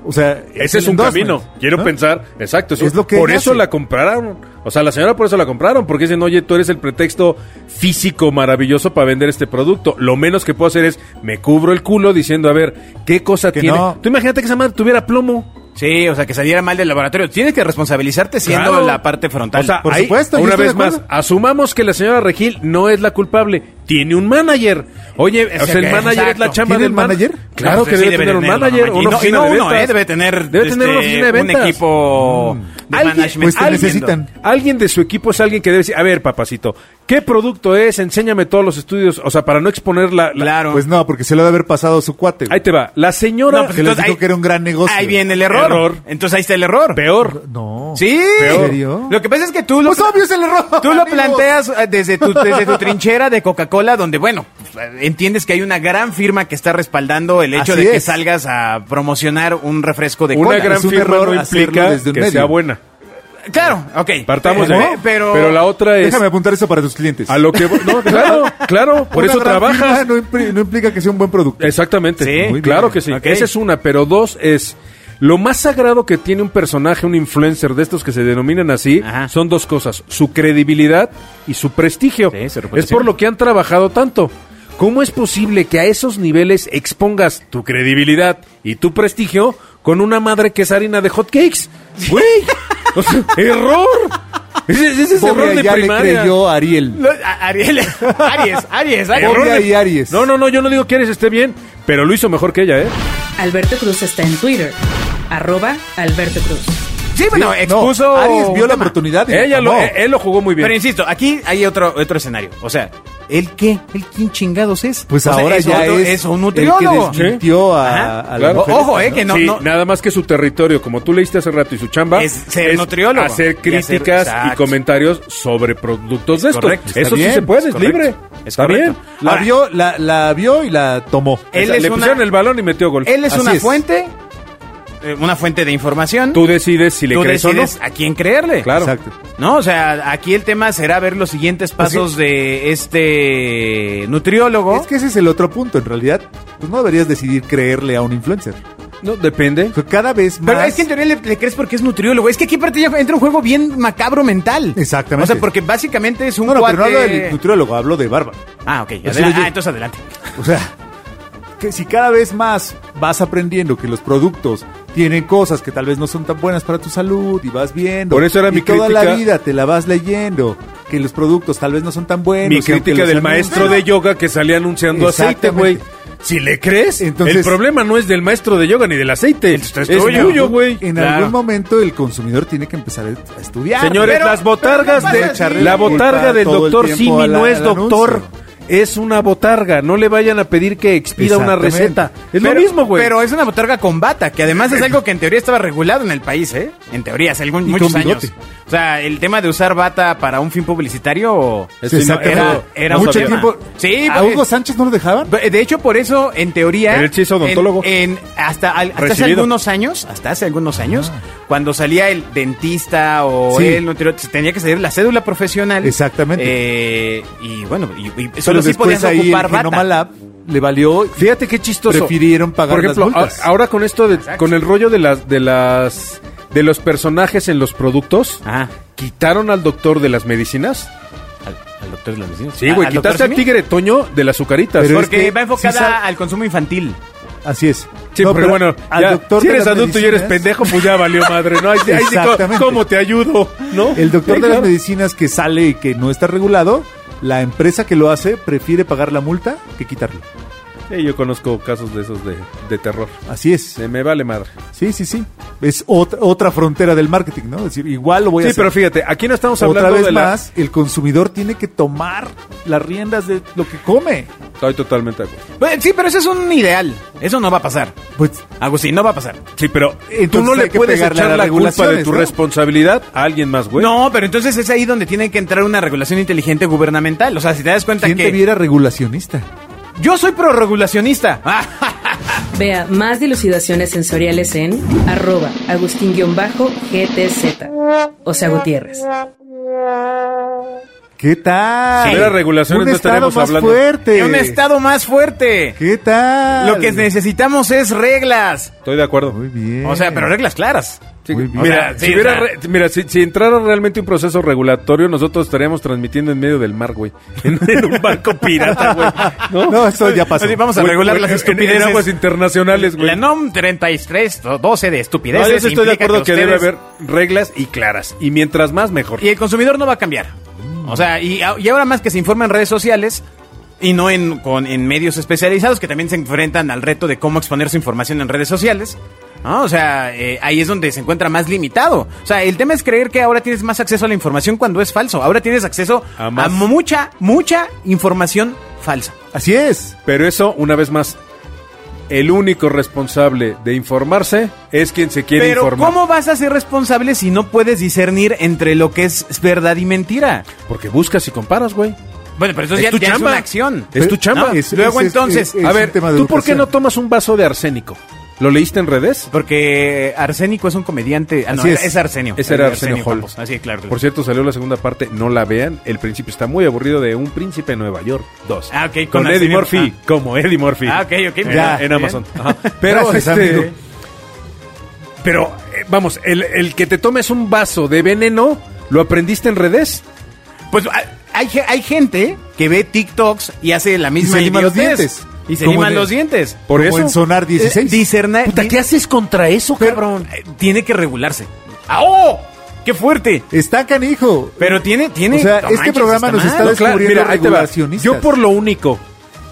S4: O sea,
S3: Ese es un
S4: el endorsement,
S3: camino. Quiero
S4: ¿no?
S3: pensar, exacto.
S4: Es lo que
S3: por
S4: ella
S3: eso
S4: hace.
S3: la compraron. O sea, la señora por eso la compraron. Porque dicen, oye, tú eres el pretexto físico maravilloso para vender este producto. Lo menos que puedo hacer es, me cubro el culo diciendo, a ver, ¿qué cosa
S4: Que
S3: tiene?
S4: no.
S3: Tú imagínate que esa madre tuviera plomo.
S2: Sí, o sea, que saliera mal del laboratorio. Tienes que responsabilizarte siendo
S3: Claro.
S2: la parte frontal.
S3: O sea,
S4: Por
S3: ahí,
S4: supuesto, yo
S3: una
S4: estoy
S3: vez
S4: de acuerdo.
S3: más, asumamos que la señora Regil no es la culpable. Tiene un manager. Oye, o sea,
S2: que-
S3: el manager es la
S2: exacto.
S3: chamba
S4: ¿Tiene
S3: del
S4: el
S3: man-
S4: manager?
S3: Claro que
S2: sí
S3: debe tener un
S2: tenerlo,
S3: manager.
S2: no
S3: una
S2: manches. Y
S3: oficina
S2: no,
S3: de
S2: y no uno,
S3: ventas.
S2: eh, debe tener,
S3: debe tener una
S2: este,
S3: oficina de
S2: un
S3: ventas.
S2: equipo de management.
S4: Pues te
S2: Alguien-
S4: necesitan.
S3: Alguien de su equipo es alguien que debe decir, a ver, papacito, ¿qué producto es? Enséñame todos los estudios, o sea, para no exponer la... la-
S2: Claro.
S4: Pues no, porque se lo debe haber pasado a su cuate. güey.
S3: Ahí te va, la señora...
S2: No, pues
S4: que les
S2: entonces
S4: dijo que era un gran negocio.
S2: Ahí viene el error.
S3: Error.
S2: Entonces ahí está el error.
S3: Peor.
S4: No.
S2: Sí.
S4: ¿En serio?
S2: Lo que pasa es que tú lo...
S4: Pues obvio es el error.
S2: Tú lo
S4: (laughs) amigos.
S2: planteas eh, desde tu, desde tu trinchera de Coca-Cola, donde, bueno, entiendes que hay una gran firma que está respaldando el hecho
S4: Así
S2: de que
S4: es.
S2: salgas a promocionar un refresco de
S3: Una
S2: cola.
S3: gran
S4: es un
S3: firma
S4: error
S3: no
S4: hacerlo
S3: implica
S4: desde un
S3: que
S4: medio.
S3: sea buena.
S2: Claro, ok.
S3: Partamos de
S2: pero,
S3: ahí.
S2: pero,
S3: Pero la otra es
S4: Déjame apuntar eso para tus clientes.
S3: a lo que vo-
S4: (laughs)
S3: no, claro, claro, por
S4: Una
S3: eso
S4: gran
S3: trabajas.
S4: firma No, impli- no implica que sea un buen producto.
S3: Exactamente.
S2: Sí. Muy
S3: claro
S2: bien.
S3: que sí.
S2: Ok.
S3: Esa es una, pero dos es lo más sagrado que tiene un personaje, un influencer de estos que se denominan así,
S2: Ajá.
S3: son dos cosas, su credibilidad y su prestigio.
S2: Sí, su reputación.
S3: es por lo que han trabajado tanto. ¿Cómo es posible que a esos niveles expongas tu credibilidad y tu prestigio con una madre que es harina de hotcakes? ¡Güey!
S2: (laughs)
S3: O sea, ¡Error! Ese, ese es
S4: Pobre
S3: error de
S4: ya le
S3: primaria.
S4: creyó a Ariel.
S2: Lo- a- Ariel, (laughs) Aries, Aries, Aries.
S4: Pobre
S3: Error de-
S4: ahí, Aries.
S3: No, no, no, yo no digo que Aries esté bien, pero lo hizo mejor que ella, ¿eh?
S1: Alberto Cruz está en Twitter. Arroba Alberto Cruz.
S2: Sí, bueno,
S4: No,
S2: expuso.
S4: Aries vio
S2: un tema.
S4: la oportunidad. y
S3: Ella lo, eh,
S4: tomó.
S3: él, él lo jugó muy bien.
S2: Pero insisto, aquí hay otro, otro escenario. O sea, ¿el qué? ¿El quién chingados es?
S4: Pues
S2: O sea,
S4: ahora
S2: es
S4: ya
S2: otro-
S4: es,
S2: es un
S4: el que
S2: nutriólogo.
S4: desmintió
S2: Ajá,
S4: a, a la
S3: claro.
S4: mujer
S2: Ojo,
S4: esta,
S2: eh, que no,
S3: Sí,
S2: no-
S3: nada más que su territorio, como tú leíste hace rato, y su chamba
S2: Es ser nutriólogo.
S3: hacer
S2: Y hacer-
S3: críticas y,
S2: exacto.
S3: comentarios sobre productos de estos.
S2: correcto, está
S3: Eso
S4: bien,
S3: sí se puede,
S4: es
S3: es libre.
S2: correcto, es
S3: Está
S2: correcto.
S3: bien.
S4: La
S2: Ahora-
S4: vio, la, la vio y la tomó.
S2: Él
S3: O sea,
S2: es
S3: le
S2: una-
S3: pusieron el balón y metió gol.
S2: Él es
S4: Así
S2: una
S4: es.
S2: fuente, eh, una fuente de información.
S3: Ah, Tú decides si le
S2: Tú
S3: crees
S2: decides
S3: o
S2: a quién creerle.
S3: Claro.
S4: Exacto.
S2: No, o sea, aquí el tema será ver los siguientes pasos de este nutriólogo.
S4: Pues Es que ese es el otro punto, en realidad. Pues no deberías decidir creerle a un influencer.
S3: no. No, depende.
S4: O sea, cada vez más.
S2: Pero es que en teoría le, le crees porque es nutriólogo. Es que aquí aparte ya entra un juego bien macabro mental.
S4: Exactamente.
S2: O sea, porque básicamente es un
S4: Bueno,
S2: cuate...
S4: pero no hablo del nutriólogo, hablo de Barba.
S2: Ah, ok.
S4: Así
S2: adela-
S4: lo-
S2: Ah, entonces adelante.
S4: O sea, que si cada vez más vas aprendiendo que los productos tienen cosas que tal vez no son tan buenas para tu salud y vas viendo.
S3: Por eso era
S4: y
S3: mi
S4: toda la
S3: crítica-
S4: vida te la vas leyendo. Que los productos tal vez no son tan buenos.
S3: Mi
S4: y aunque
S3: crítica
S4: los
S3: del
S4: anuncian-
S3: maestro de yoga que salía anunciando aceite,
S4: Exactamente.
S3: güey. Si le crees,
S4: Entonces-
S3: el problema no es del maestro de yoga ni del aceite. es
S4: En
S3: tuyo,
S4: algún-
S3: güey.
S4: En
S3: Claro.
S4: algún momento el consumidor tiene que empezar a estudiar.
S3: Señores,
S2: pero-
S3: las botargas
S2: pero no pasa
S3: de
S2: así.
S3: la botarga
S4: Culpa
S3: del
S4: todo el
S3: doctor
S4: tiempo
S3: Simi
S4: a la-
S3: no es
S4: al
S3: doctor,
S4: anuncio.
S3: es una botarga. No le vayan a pedir que expida una
S4: Exactamente.
S3: receta. Es
S2: Pero-
S3: lo mismo, güey.
S2: Pero es una botarga con bata, que además es algo que en teoría estaba regulado en el país, ¿eh? En teoría, hace algún-
S4: Y
S2: muchos
S4: con bigote.
S2: años. O sea, el tema de usar bata para un fin publicitario
S3: Eso
S4: Sí,
S3: no-
S2: era,
S3: eso-
S2: era
S3: no
S2: un
S4: mucho
S3: sabía.
S2: tema.
S4: tiempo.
S2: Sí,
S4: ¿A
S2: porque-
S4: Hugo Sánchez no lo dejaban?
S2: Pe- De hecho, por eso, en teoría.
S3: Pero él sí es odontólogo.
S2: En, en- hasta, al- hasta hace
S3: Recibido.
S2: algunos años, hasta hace algunos años, cuando salía el dentista o
S4: Ah. Sí.
S2: el nutriólogo, se tenía que salir la cédula profesional.
S4: Exactamente.
S2: Eh, y bueno, y, y
S4: Pero
S2: solo sí
S4: después
S2: podías
S4: ahí
S2: ocupar
S4: el
S2: bata.
S4: Genoma Lab le valió.
S3: Fíjate qué chistoso.
S4: Prefirieron pagar
S3: Por ejemplo,
S4: las multas.
S3: a- ahora con esto de, con el rollo de las de las de los personajes en los productos,
S2: Ajá.
S3: quitaron al doctor de las medicinas.
S2: Al, al doctor de las medicinas.
S3: Sí, güey, quitaste al
S2: doctor Simi?
S3: tigre Toño de las azucaritas.
S4: Pero
S2: Porque
S4: es que
S2: va enfocada
S4: sí sal-
S2: al consumo infantil.
S4: Así es.
S3: Sí,
S4: No,
S3: porque
S4: pero
S3: bueno,
S4: al
S3: ya,
S4: doctor
S3: si
S4: de
S3: eres
S4: las
S3: adulto y eres
S4: medicinas-
S3: pendejo, pues ya valió madre, ¿no? Ahí, sí- ahí sí, co-
S4: Exactamente.
S3: ¿cómo te ayudo? ¿No?
S4: El doctor
S3: Sí,
S4: de las
S3: claro.
S4: medicinas que sale y que no está regulado, la empresa que lo hace prefiere pagar la multa que quitarlo.
S3: Sí, yo conozco casos de esos de, de terror.
S4: Así es.
S3: Se me vale madre.
S4: Sí, sí, sí. Es otra, otra frontera del marketing, ¿no? Es decir, igual lo voy a
S3: Sí,
S4: hacer.
S3: pero fíjate, aquí no estamos
S4: otra
S3: hablando
S4: vez
S3: de la...
S4: más, el consumidor tiene que tomar las riendas de lo que come.
S3: Estoy totalmente de acuerdo.
S2: Bueno, Sí, pero eso es un ideal. Eso no va a pasar.
S4: Pues
S2: Agustín, no va a pasar.
S3: Sí, pero eh, tú
S4: Entonces
S3: no le
S4: hay que
S3: puedes
S4: pegarle a
S3: echar
S4: las
S3: la culpa de
S4: regulaciones,
S3: tu
S4: ¿no?
S3: responsabilidad a alguien más, güey.
S2: No, pero entonces es ahí donde tiene que entrar una regulación inteligente gubernamental. O sea, si te das cuenta
S4: ¿Quién
S2: que.
S4: te viera regulacionista?
S2: Yo soy prorregulacionista. Ah,
S1: Vea más dilucidaciones sensoriales en arroba Agustín-GTZ. O sea, Gutiérrez.
S4: ¿Qué tal?
S2: Si
S3: hubiera regulaciones,
S4: Un
S3: no
S4: estado
S3: estaríamos
S4: más
S3: hablando.
S4: fuerte.
S2: Un estado más fuerte.
S4: ¿Qué tal?
S2: Lo que necesitamos es reglas.
S3: Estoy de acuerdo.
S4: Muy bien.
S2: O sea, pero reglas claras.
S3: Sí,
S4: Muy bien.
S3: mira,
S2: O sea,
S3: si
S2: sí,
S3: hubiera
S2: o sea.
S3: re- mira, si- si entrara realmente un proceso regulatorio, nosotros estaríamos transmitiendo en medio del mar, güey. (laughs) En, en un barco pirata, güey. ¿No?
S4: No, eso
S3: (laughs)
S4: ya pasó.
S2: Así vamos a
S3: Güey,
S2: regular
S3: güey,
S2: las
S3: en-
S2: estupideces.
S3: En aguas internacionales, güey.
S2: La NOM 33, 12 de
S3: No,
S2: estupideces.
S3: yo sí estoy de
S2: implica
S3: acuerdo que, debe
S2: ustedes-
S3: haber reglas y claras. Y mientras más, mejor.
S2: Y el consumidor no va a cambiar. O sea, y, a- y ahora más que se informa en redes sociales y no en, con, en medios especializados que también se enfrentan al reto de cómo exponer su información en redes sociales. ¿no? O sea, eh, ahí es donde se encuentra más limitado. O sea, el tema es creer que ahora tienes más acceso a la información cuando es falso. Ahora tienes acceso
S3: A
S2: a,
S3: más.
S2: mucha, mucha información falsa.
S4: Así es.
S3: Pero eso, una vez más, el único responsable de informarse es quien se quiere
S2: Pero
S3: informar.
S2: ¿cómo vas a ser responsable si no puedes discernir entre lo que es verdad y mentira?
S3: Porque buscas y comparas, güey.
S2: Bueno, pero entonces
S3: Es
S2: ya,
S3: tu
S2: ya es
S3: chamba.
S2: una acción.
S3: Es tu chamba.
S4: es-
S2: Luego
S4: es-
S2: entonces,
S4: es- es
S3: a
S4: un
S3: ver,
S4: tema de
S3: ¿tú por qué
S4: educación.
S3: no tomas un vaso de arsénico? ¿Lo leíste en redes?
S2: Porque Arsénico es un comediante. Ah, no,
S4: Así
S2: es,
S4: es.
S2: es Arsenio.
S3: Ese era Arsenio Hall.
S2: Campos. Así, claro.
S3: Por cierto, salió la segunda parte, no la vean. El principio está muy aburrido de Un Príncipe en Nueva York 2.
S2: Ah, ok,
S3: Con,
S2: con
S3: Eddie
S2: Arsenio-
S3: Murphy, como Eddie Murphy.
S2: Ah, ok,
S4: (laughs)
S2: ok.
S3: En-
S2: mira,
S3: en,
S2: bien.
S3: Amazon. Ajá. Pero,
S4: Gracias,
S3: este,
S4: amigo.
S3: pero eh, vamos, el, el que te tomes un vaso de veneno, ¿lo aprendiste en redes?
S2: Pues ah, hay, ge- hay gente que ve TikToks y hace la misma
S4: se lima los
S2: idiotez.
S4: dientes.
S2: Y se
S4: Como
S2: liman
S4: en el-
S2: los dientes. Eh,
S3: Por
S4: Como
S3: eso. eh,
S4: en Sonar 16.
S2: Discerna-
S5: Puta,
S2: di-
S5: ¿qué haces contra eso,
S2: Pero,
S5: cabrón?
S2: eh, tiene que regularse. ¡Ah, ¡Oh! ¡Qué fuerte!
S4: Está canijo.
S2: Pero tiene, tiene.
S4: O sea,
S2: no
S4: este
S2: manches,
S4: programa nos
S2: mal.
S4: está
S3: No, claro,
S4: descubriendo
S3: mira, ahí te va.
S4: regulacionistas.
S3: Yo por lo único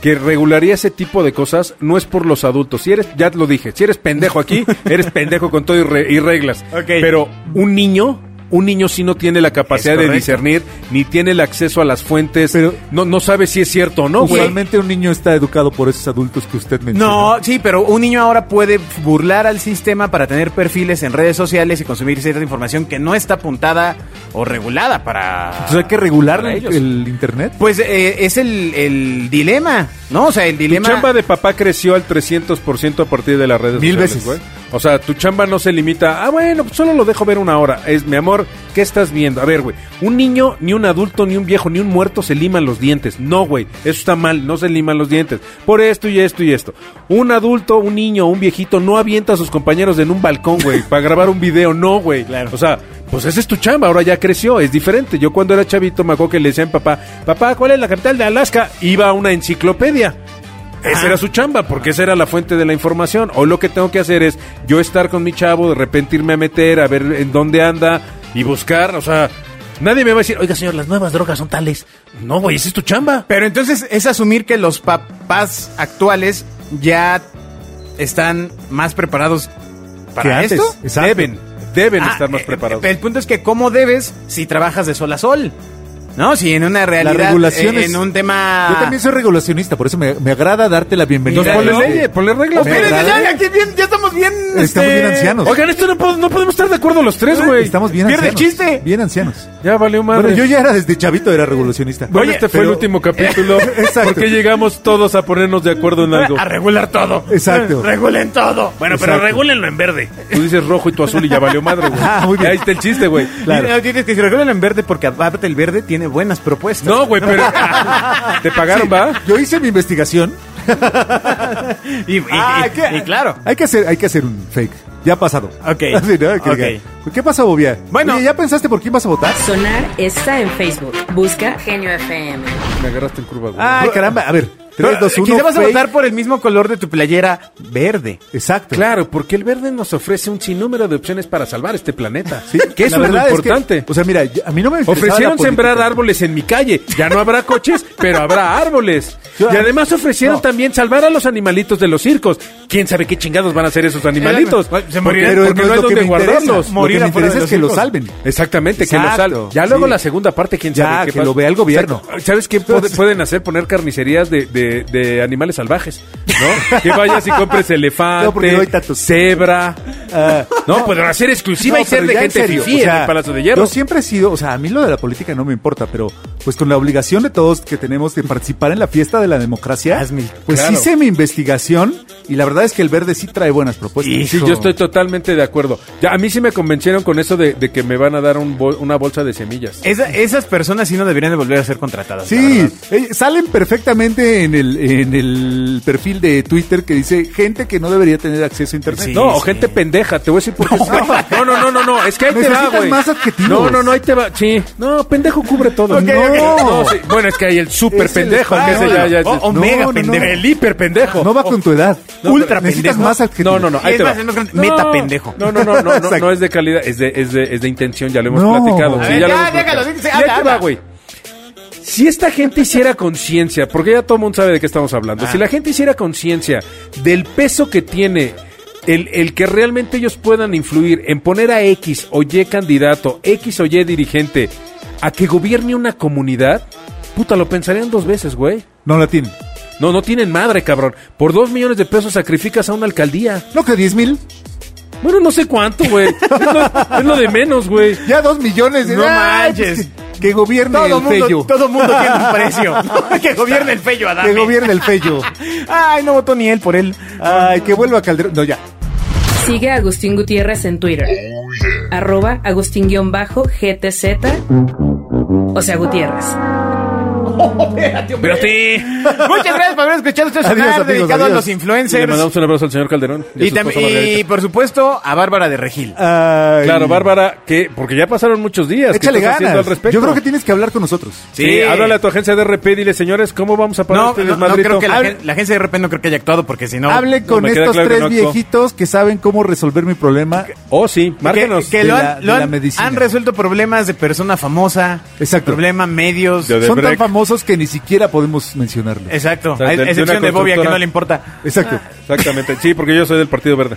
S3: que regularía ese tipo de cosas no es por los adultos. Si eres, ya lo dije, si eres pendejo aquí, eres pendejo con todo y, re- y reglas.
S2: Ok.
S3: Pero un niño, un niño sí no tiene la capacidad de
S2: correcto.
S3: discernir, ni tiene el acceso a las fuentes,
S4: Pero-
S3: no, no sabe si es cierto o no, güey.
S4: Usualmente un niño está educado por esos adultos que usted menciona.
S2: No, sí, pero un niño ahora puede burlar al sistema para tener perfiles en redes sociales y consumir cierta información que no está apuntada o regulada para.
S4: Entonces Pues hay que regular
S2: para ellos.
S4: el internet.
S2: Pues eh, es el, el dilema, ¿no? O sea, el
S3: Tu
S2: dilema.
S3: chamba de papá creció al 300% a partir de las redes
S4: Mil
S3: sociales,
S4: veces.
S3: güey. O sea, tu chamba no se limita, ah, bueno, pues solo lo dejo ver una hora. Es, mi amor, ¿qué estás viendo? A ver, güey, un niño, ni un adulto, ni un viejo, ni un muerto se liman los dientes. No, güey, eso está mal, no se liman los dientes. Por esto y esto y esto. Un adulto, un niño, un viejito no avienta a sus compañeros en un balcón, güey, para grabar un video. No, güey.
S2: Claro.
S3: O sea, pues esa es tu chamba, ahora ya creció, es diferente. Yo cuando era chavito me acuerdo que le decían papá, papá, ¿cuál es la capital de Alaska? Iba a una enciclopedia. Esa era su chamba, porque esa era la fuente de la información. Hoy lo que tengo que hacer es yo estar con mi chavo, de repente irme a meter, a ver en dónde anda y buscar. O sea, nadie me va a decir, oiga,
S5: Oiga, señor, las nuevas drogas son tales.
S3: no, güey, esa es tu chamba.
S2: Pero entonces es asumir que los papás actuales ya están más preparados para
S4: antes.
S2: esto.
S4: Exacto.
S3: Deben, deben
S2: Ah,
S3: estar más
S2: eh,
S3: preparados.
S2: El punto es que cómo debes si trabajas de sol a sol. ¿No? Si en una realidad
S4: regulación
S2: eh,
S4: es-
S2: en un tema
S4: Yo también soy regulacionista, por eso me, me agrada darte la bienvenida.
S2: Entonces,
S4: a
S2: ponle
S4: este-
S3: leyes, ponle reglas,
S4: Me
S3: güey.
S2: Miren, ya,
S4: agrada.
S2: ya, aquí bien, ya estamos bien. este,
S4: Estamos bien ancianos.
S3: Oigan, esto no, pod- no podemos estar de acuerdo los tres, güey.
S4: Estamos bien
S2: Pierde el
S4: ancianos.
S2: chiste.
S4: Bien ancianos.
S3: Ya valió madre.
S4: Bueno, yo ya era desde chavito, era revolucionista.
S3: Bueno, este fue el
S4: pero-
S3: último capítulo.
S4: (laughs) Exacto.
S3: Porque llegamos todos a ponernos de acuerdo
S4: (laughs)
S3: en algo.
S2: A regular todo.
S4: Exacto.
S2: Regulen todo.
S6: Bueno, pero
S4: Exacto.
S6: regúlenlo en verde.
S3: Tú dices rojo y tú azul y ya valió madre, güey.
S4: Ah, muy bien.
S3: Ahí está el chiste, güey.
S4: Claro.
S2: Y, no, tienes que decir, regulen en verde porque aparte el verde tiene buenas propuestas.
S3: No, güey, (laughs) pero. Te pagaron, ¿va?
S4: Yo hice mi investigación. Ah,
S2: Y, y-
S3: Ah,
S2: y- y claro.
S4: Hay que hacer, hay que hacer un fake. Ya ha pasado. (laughs)
S2: Ok.
S4: Así, ¿no? Hay que
S2: Ok.
S4: digan, ¿Qué pasa, Bobia?
S2: Bueno.
S4: Oye, ¿ya pensaste por quién vas a votar?
S1: Sonar está en Facebook. Busca Genio FM.
S3: Me agarraste en curva, güey.
S4: Ay, caramba. A ver, 3, 2, 1.
S2: Quizá vas a votar por el mismo color de tu playera verde.
S4: Exacto.
S3: Claro, porque el verde nos ofrece un sinnúmero de opciones para salvar este planeta.
S4: Sí,
S3: que eso
S4: la
S3: es lo
S4: verdad que,
S3: importante.
S4: o sea, mira, ya- a mí no me interesaba la
S3: ofrecieron
S4: política.
S3: sembrar árboles en mi calle. Ya no habrá coches,
S4: (laughs)
S3: pero habrá árboles.
S4: Yo-
S3: Y además ofrecieron
S4: ah, No.
S3: también salvar a los animalitos de los circos. ¿Quién sabe qué chingados van a hacer esos animalitos?
S2: Bueno, se
S3: porque
S2: morirán,
S4: Pero
S3: porque no
S4: no es
S3: hay
S4: lo
S3: donde
S4: que me interesa.
S3: guardarlos.
S4: Lo que me interesa es que lo salven.
S3: Exactamente, que lo
S4: Exacto,
S3: salven. Ya luego
S4: sí.
S3: la segunda parte, quién
S4: Ya,
S3: sabe
S4: que
S3: pasa?
S4: lo vea el gobierno.
S3: Exacto. ¿Sabes qué
S4: (laughs)
S3: pod- pueden hacer? Poner carnicerías de, de- de animales salvajes, ¿no? que vayas y compres
S4: No, porque no hay
S3: elefante,
S4: tantos.
S3: cebra. no, podrán hacer exclusiva y
S4: No,
S3: ser
S4: pero
S3: de
S4: ya en
S3: gente
S4: serio,
S3: fifí
S4: o sea,
S3: en el Palacio de Hierro.
S4: Yo siempre he sido, o sea, a mí lo de la política no me importa, pero pues con la obligación de todos que tenemos de participar en la fiesta de la democracia,
S2: Hazme el-
S4: pues
S3: claro.
S4: hice mi investigación y la verdad es que el verde sí trae buenas propuestas.
S3: Sí, yo estoy totalmente de acuerdo. Ya, a mí sí me convencieron con eso de, de que me van a dar un bol- una bolsa de semillas.
S2: Esa- esas personas sí no deberían de volver a ser contratadas. la
S4: Sí,
S2: verdad.
S4: eh, salen perfectamente en el, en el perfil de Twitter que dice gente que no debería tener acceso a internet.
S2: Sí.
S3: no, o gente pendeja, te voy a decir por qué. No, no, no, no, no, es que ahí te va,
S4: Necesitas
S3: güey.
S4: más adjetivos.
S3: No, no, no, ahí te va. Sí. No, pendejo cubre todo.
S4: Ok,
S3: no.
S4: ok.
S3: no, sí. Bueno, es que hay el súper
S4: Es el
S3: pendejo, que ese ya, ya es-
S2: O- o
S3: no,
S2: mega
S3: no, no.
S2: pendejo.
S3: El hiper pendejo.
S4: No va con tu edad.
S3: No,
S2: Ultra
S4: Necesitas
S2: pendejo.
S4: más adjetivos.
S3: No, no, no,
S2: Y
S3: ahí
S2: es
S3: te va.
S2: más, es más grande, meta pendejo.
S3: No, no, no, no, no,
S4: Exacto.
S3: no es de calidad, es de, es de, es de intención, ya lo hemos
S4: No.
S3: platicado.
S4: A
S3: sí,
S2: ver,
S3: lo
S2: ya,
S3: hemos
S2: déjalo,
S3: platicado.
S2: dice,
S3: Y
S2: habla,
S3: ahí te va,
S2: habla.
S3: güey. Si esta gente hiciera conciencia, porque ya todo el mundo sabe de qué estamos hablando, si la gente hiciera conciencia del peso que tiene el, el que realmente ellos puedan influir en poner a X o Y candidato, X o Y dirigente, a que gobierne una comunidad, puta, lo pensarían dos veces, güey.
S4: No la tienen.
S3: No, no tienen madre, cabrón. Por dos millones de pesos sacrificas a una alcaldía.
S4: No que 10 mil.
S3: Bueno, no sé cuánto, güey. Es lo, es lo de menos, güey.
S4: Ya 2 millones.
S2: No
S4: Ay,
S2: manches.
S4: pues que- Que gobierne
S2: Todo
S4: el
S2: mundo,
S4: pello.
S2: todo mundo tiene (laughs) un precio. que gobierne el pello, Adame.
S4: Que gobierne el pello.
S2: Ay, no votó ni él por él.
S4: Ay, que vuelva Calderón. No, ya.
S1: Sigue a Agustín Gutiérrez en Twitter. Arroba Agustín-GTZ. O sea, Gutiérrez.
S3: Espérate.
S2: Muchas gracias por haber escuchado este sonar
S4: Adiós, amigos,
S2: dedicado a
S4: adiós.
S2: los
S3: Le
S2: influencers.
S3: mandamos un abrazo al señor Calderón. a
S2: Y,
S3: su
S2: tam-
S3: esposa Margarita.
S2: y por supuesto a Bárbara de Regil.
S4: Ah, Ay.
S3: Claro, Bárbara, que porque ya pasaron muchos días. ¿qué
S4: Échale
S3: estás haciendo
S4: ganas.
S3: al respecto?
S4: Yo creo que tienes que hablar con nosotros.
S3: Sí, háblale a tu agencia de RP y dile, señores, ¿cómo vamos a parar
S2: No,
S3: este
S2: no, no
S3: desmadrito?
S2: creo que la,
S3: Hable-
S2: gen- la agencia de repente no creo que haya actuado porque si no.
S4: Hable con
S3: me queda
S4: estos
S3: claro que
S4: tres
S3: no actuó.
S4: viejitos que saben cómo resolver mi problema.
S3: Oh, sí,
S2: Que,
S3: márquenos.
S2: que
S4: de
S2: lo han,
S4: la- de
S2: lo
S4: la
S2: han-
S4: medicina.
S2: han resuelto problemas de persona famosa.
S4: Exacto.
S2: Problema medios.
S3: De- de-
S4: Son tan
S3: Breck.
S4: famosos que ni siquiera podemos mencionarlos.
S2: Exacto.
S3: O sea,
S2: a
S3: de- de
S2: excepción
S3: una
S2: de, Bobia que
S3: constructora.
S2: no le importa.
S4: Exacto.
S3: Exactamente. Sí, porque yo soy del Partido Verde.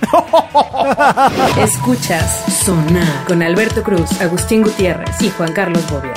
S1: Escuchas Sonar con Alberto Cruz, Agustín Gutiérrez y Juan Carlos Bobia.